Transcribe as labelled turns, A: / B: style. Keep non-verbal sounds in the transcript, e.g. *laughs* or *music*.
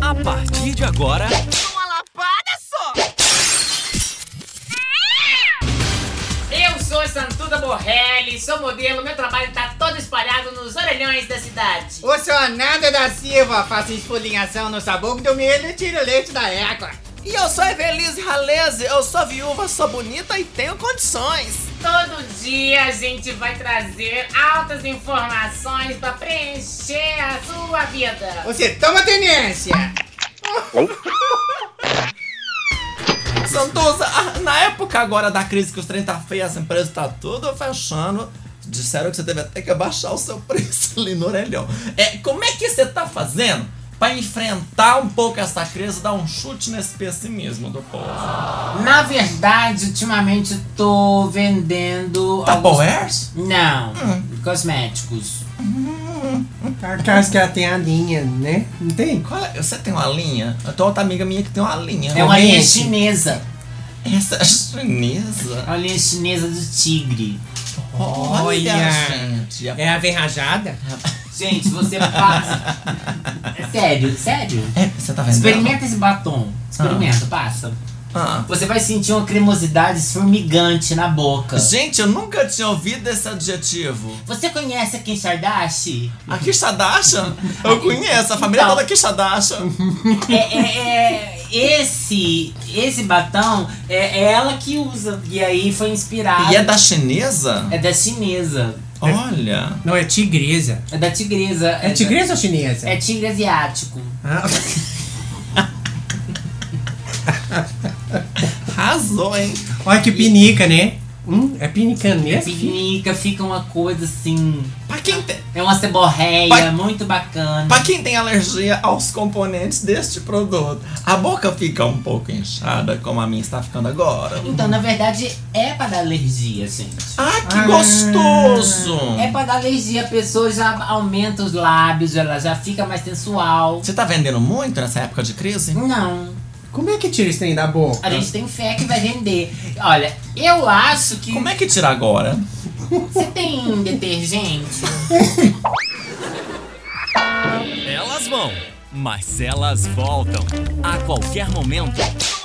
A: A partir de agora,
B: Uma lapada só!
C: Eu sou Santuda Borrelli, sou modelo, meu trabalho tá todo espalhado nos orelhões da cidade.
B: O seu Nanda da Silva faz esfolinhação no sabor do milho e tira o leite da égua.
D: E eu sou Evelise Raleze, eu sou viúva, sou bonita e tenho condições.
C: Todo dia a gente vai trazer altas informações pra preencher a sua vida.
B: Você toma tenência!
D: *laughs* Santuza, ah, na época agora da crise que os trem tá feio, as empresas tá tudo fechando, disseram que você teve até que abaixar o seu preço *laughs* ali no orelhão. É, como é que você tá fazendo pra enfrentar um pouco essa crise, dar um chute nesse pessimismo do povo?
C: Na verdade, ultimamente tô vendendo.
D: Tá
A: Tá é?
D: Tupperwares?
C: Não, cosméticos.
E: Aquelas que ela tem a linha, né? Não tem?
D: Qual é? Você tem uma linha? Eu tenho outra amiga minha que tem uma linha.
C: É uma linha
D: Gente,
C: chinesa.
D: Essa é chinesa?
C: É uma linha chinesa do tigre.
D: Olha,
E: Olha.
D: gente.
E: É a verrajada?
C: Gente, você passa. É sério, sério.
D: É, você tá vendo?
C: Experimenta esse batom. Experimenta, passa.
D: Ah.
C: Você vai sentir uma cremosidade formigante na boca.
D: Gente, eu nunca tinha ouvido esse adjetivo.
C: Você conhece a Kim Kardashian?
D: A Kishadasha? Eu conheço, a família
C: Então.
D: toda Kishadasha.
C: É, é, é, esse, esse batom é ela que usa. E aí foi inspirado.
D: E é da chinesa?
C: É da chinesa.
D: Olha.
E: Não, é tigresa.
C: É da tigresa.
E: É tigresa ou chinesa?
C: É tigre asiático.
E: Ah, *laughs*
D: Arrasou, hein?
E: olha que pinica, né? Hum, é pinicanês?
C: Significa, fica uma coisa assim.
D: Pra quem, te-
C: É uma ceborreia
D: Pai-
C: muito bacana.
D: pra quem tem alergia aos componentes deste produto, a boca fica um pouco inchada, como a minha está ficando agora.
C: Então, na verdade, é pra dar alergia, gente.
D: Ah, que gostoso!
C: É pra dar alergia, a pessoa já aumenta os lábios, ela já fica mais sensual.
D: Você tá vendendo muito nessa época de crise?
C: Não,
E: Como é que tira esse trem da boca?
C: a gente tem fé que vai vender. Olha, eu acho que
D: Como é que tira agora?
C: você tem detergente.
A: elas vão, mas elas voltam. A qualquer momento,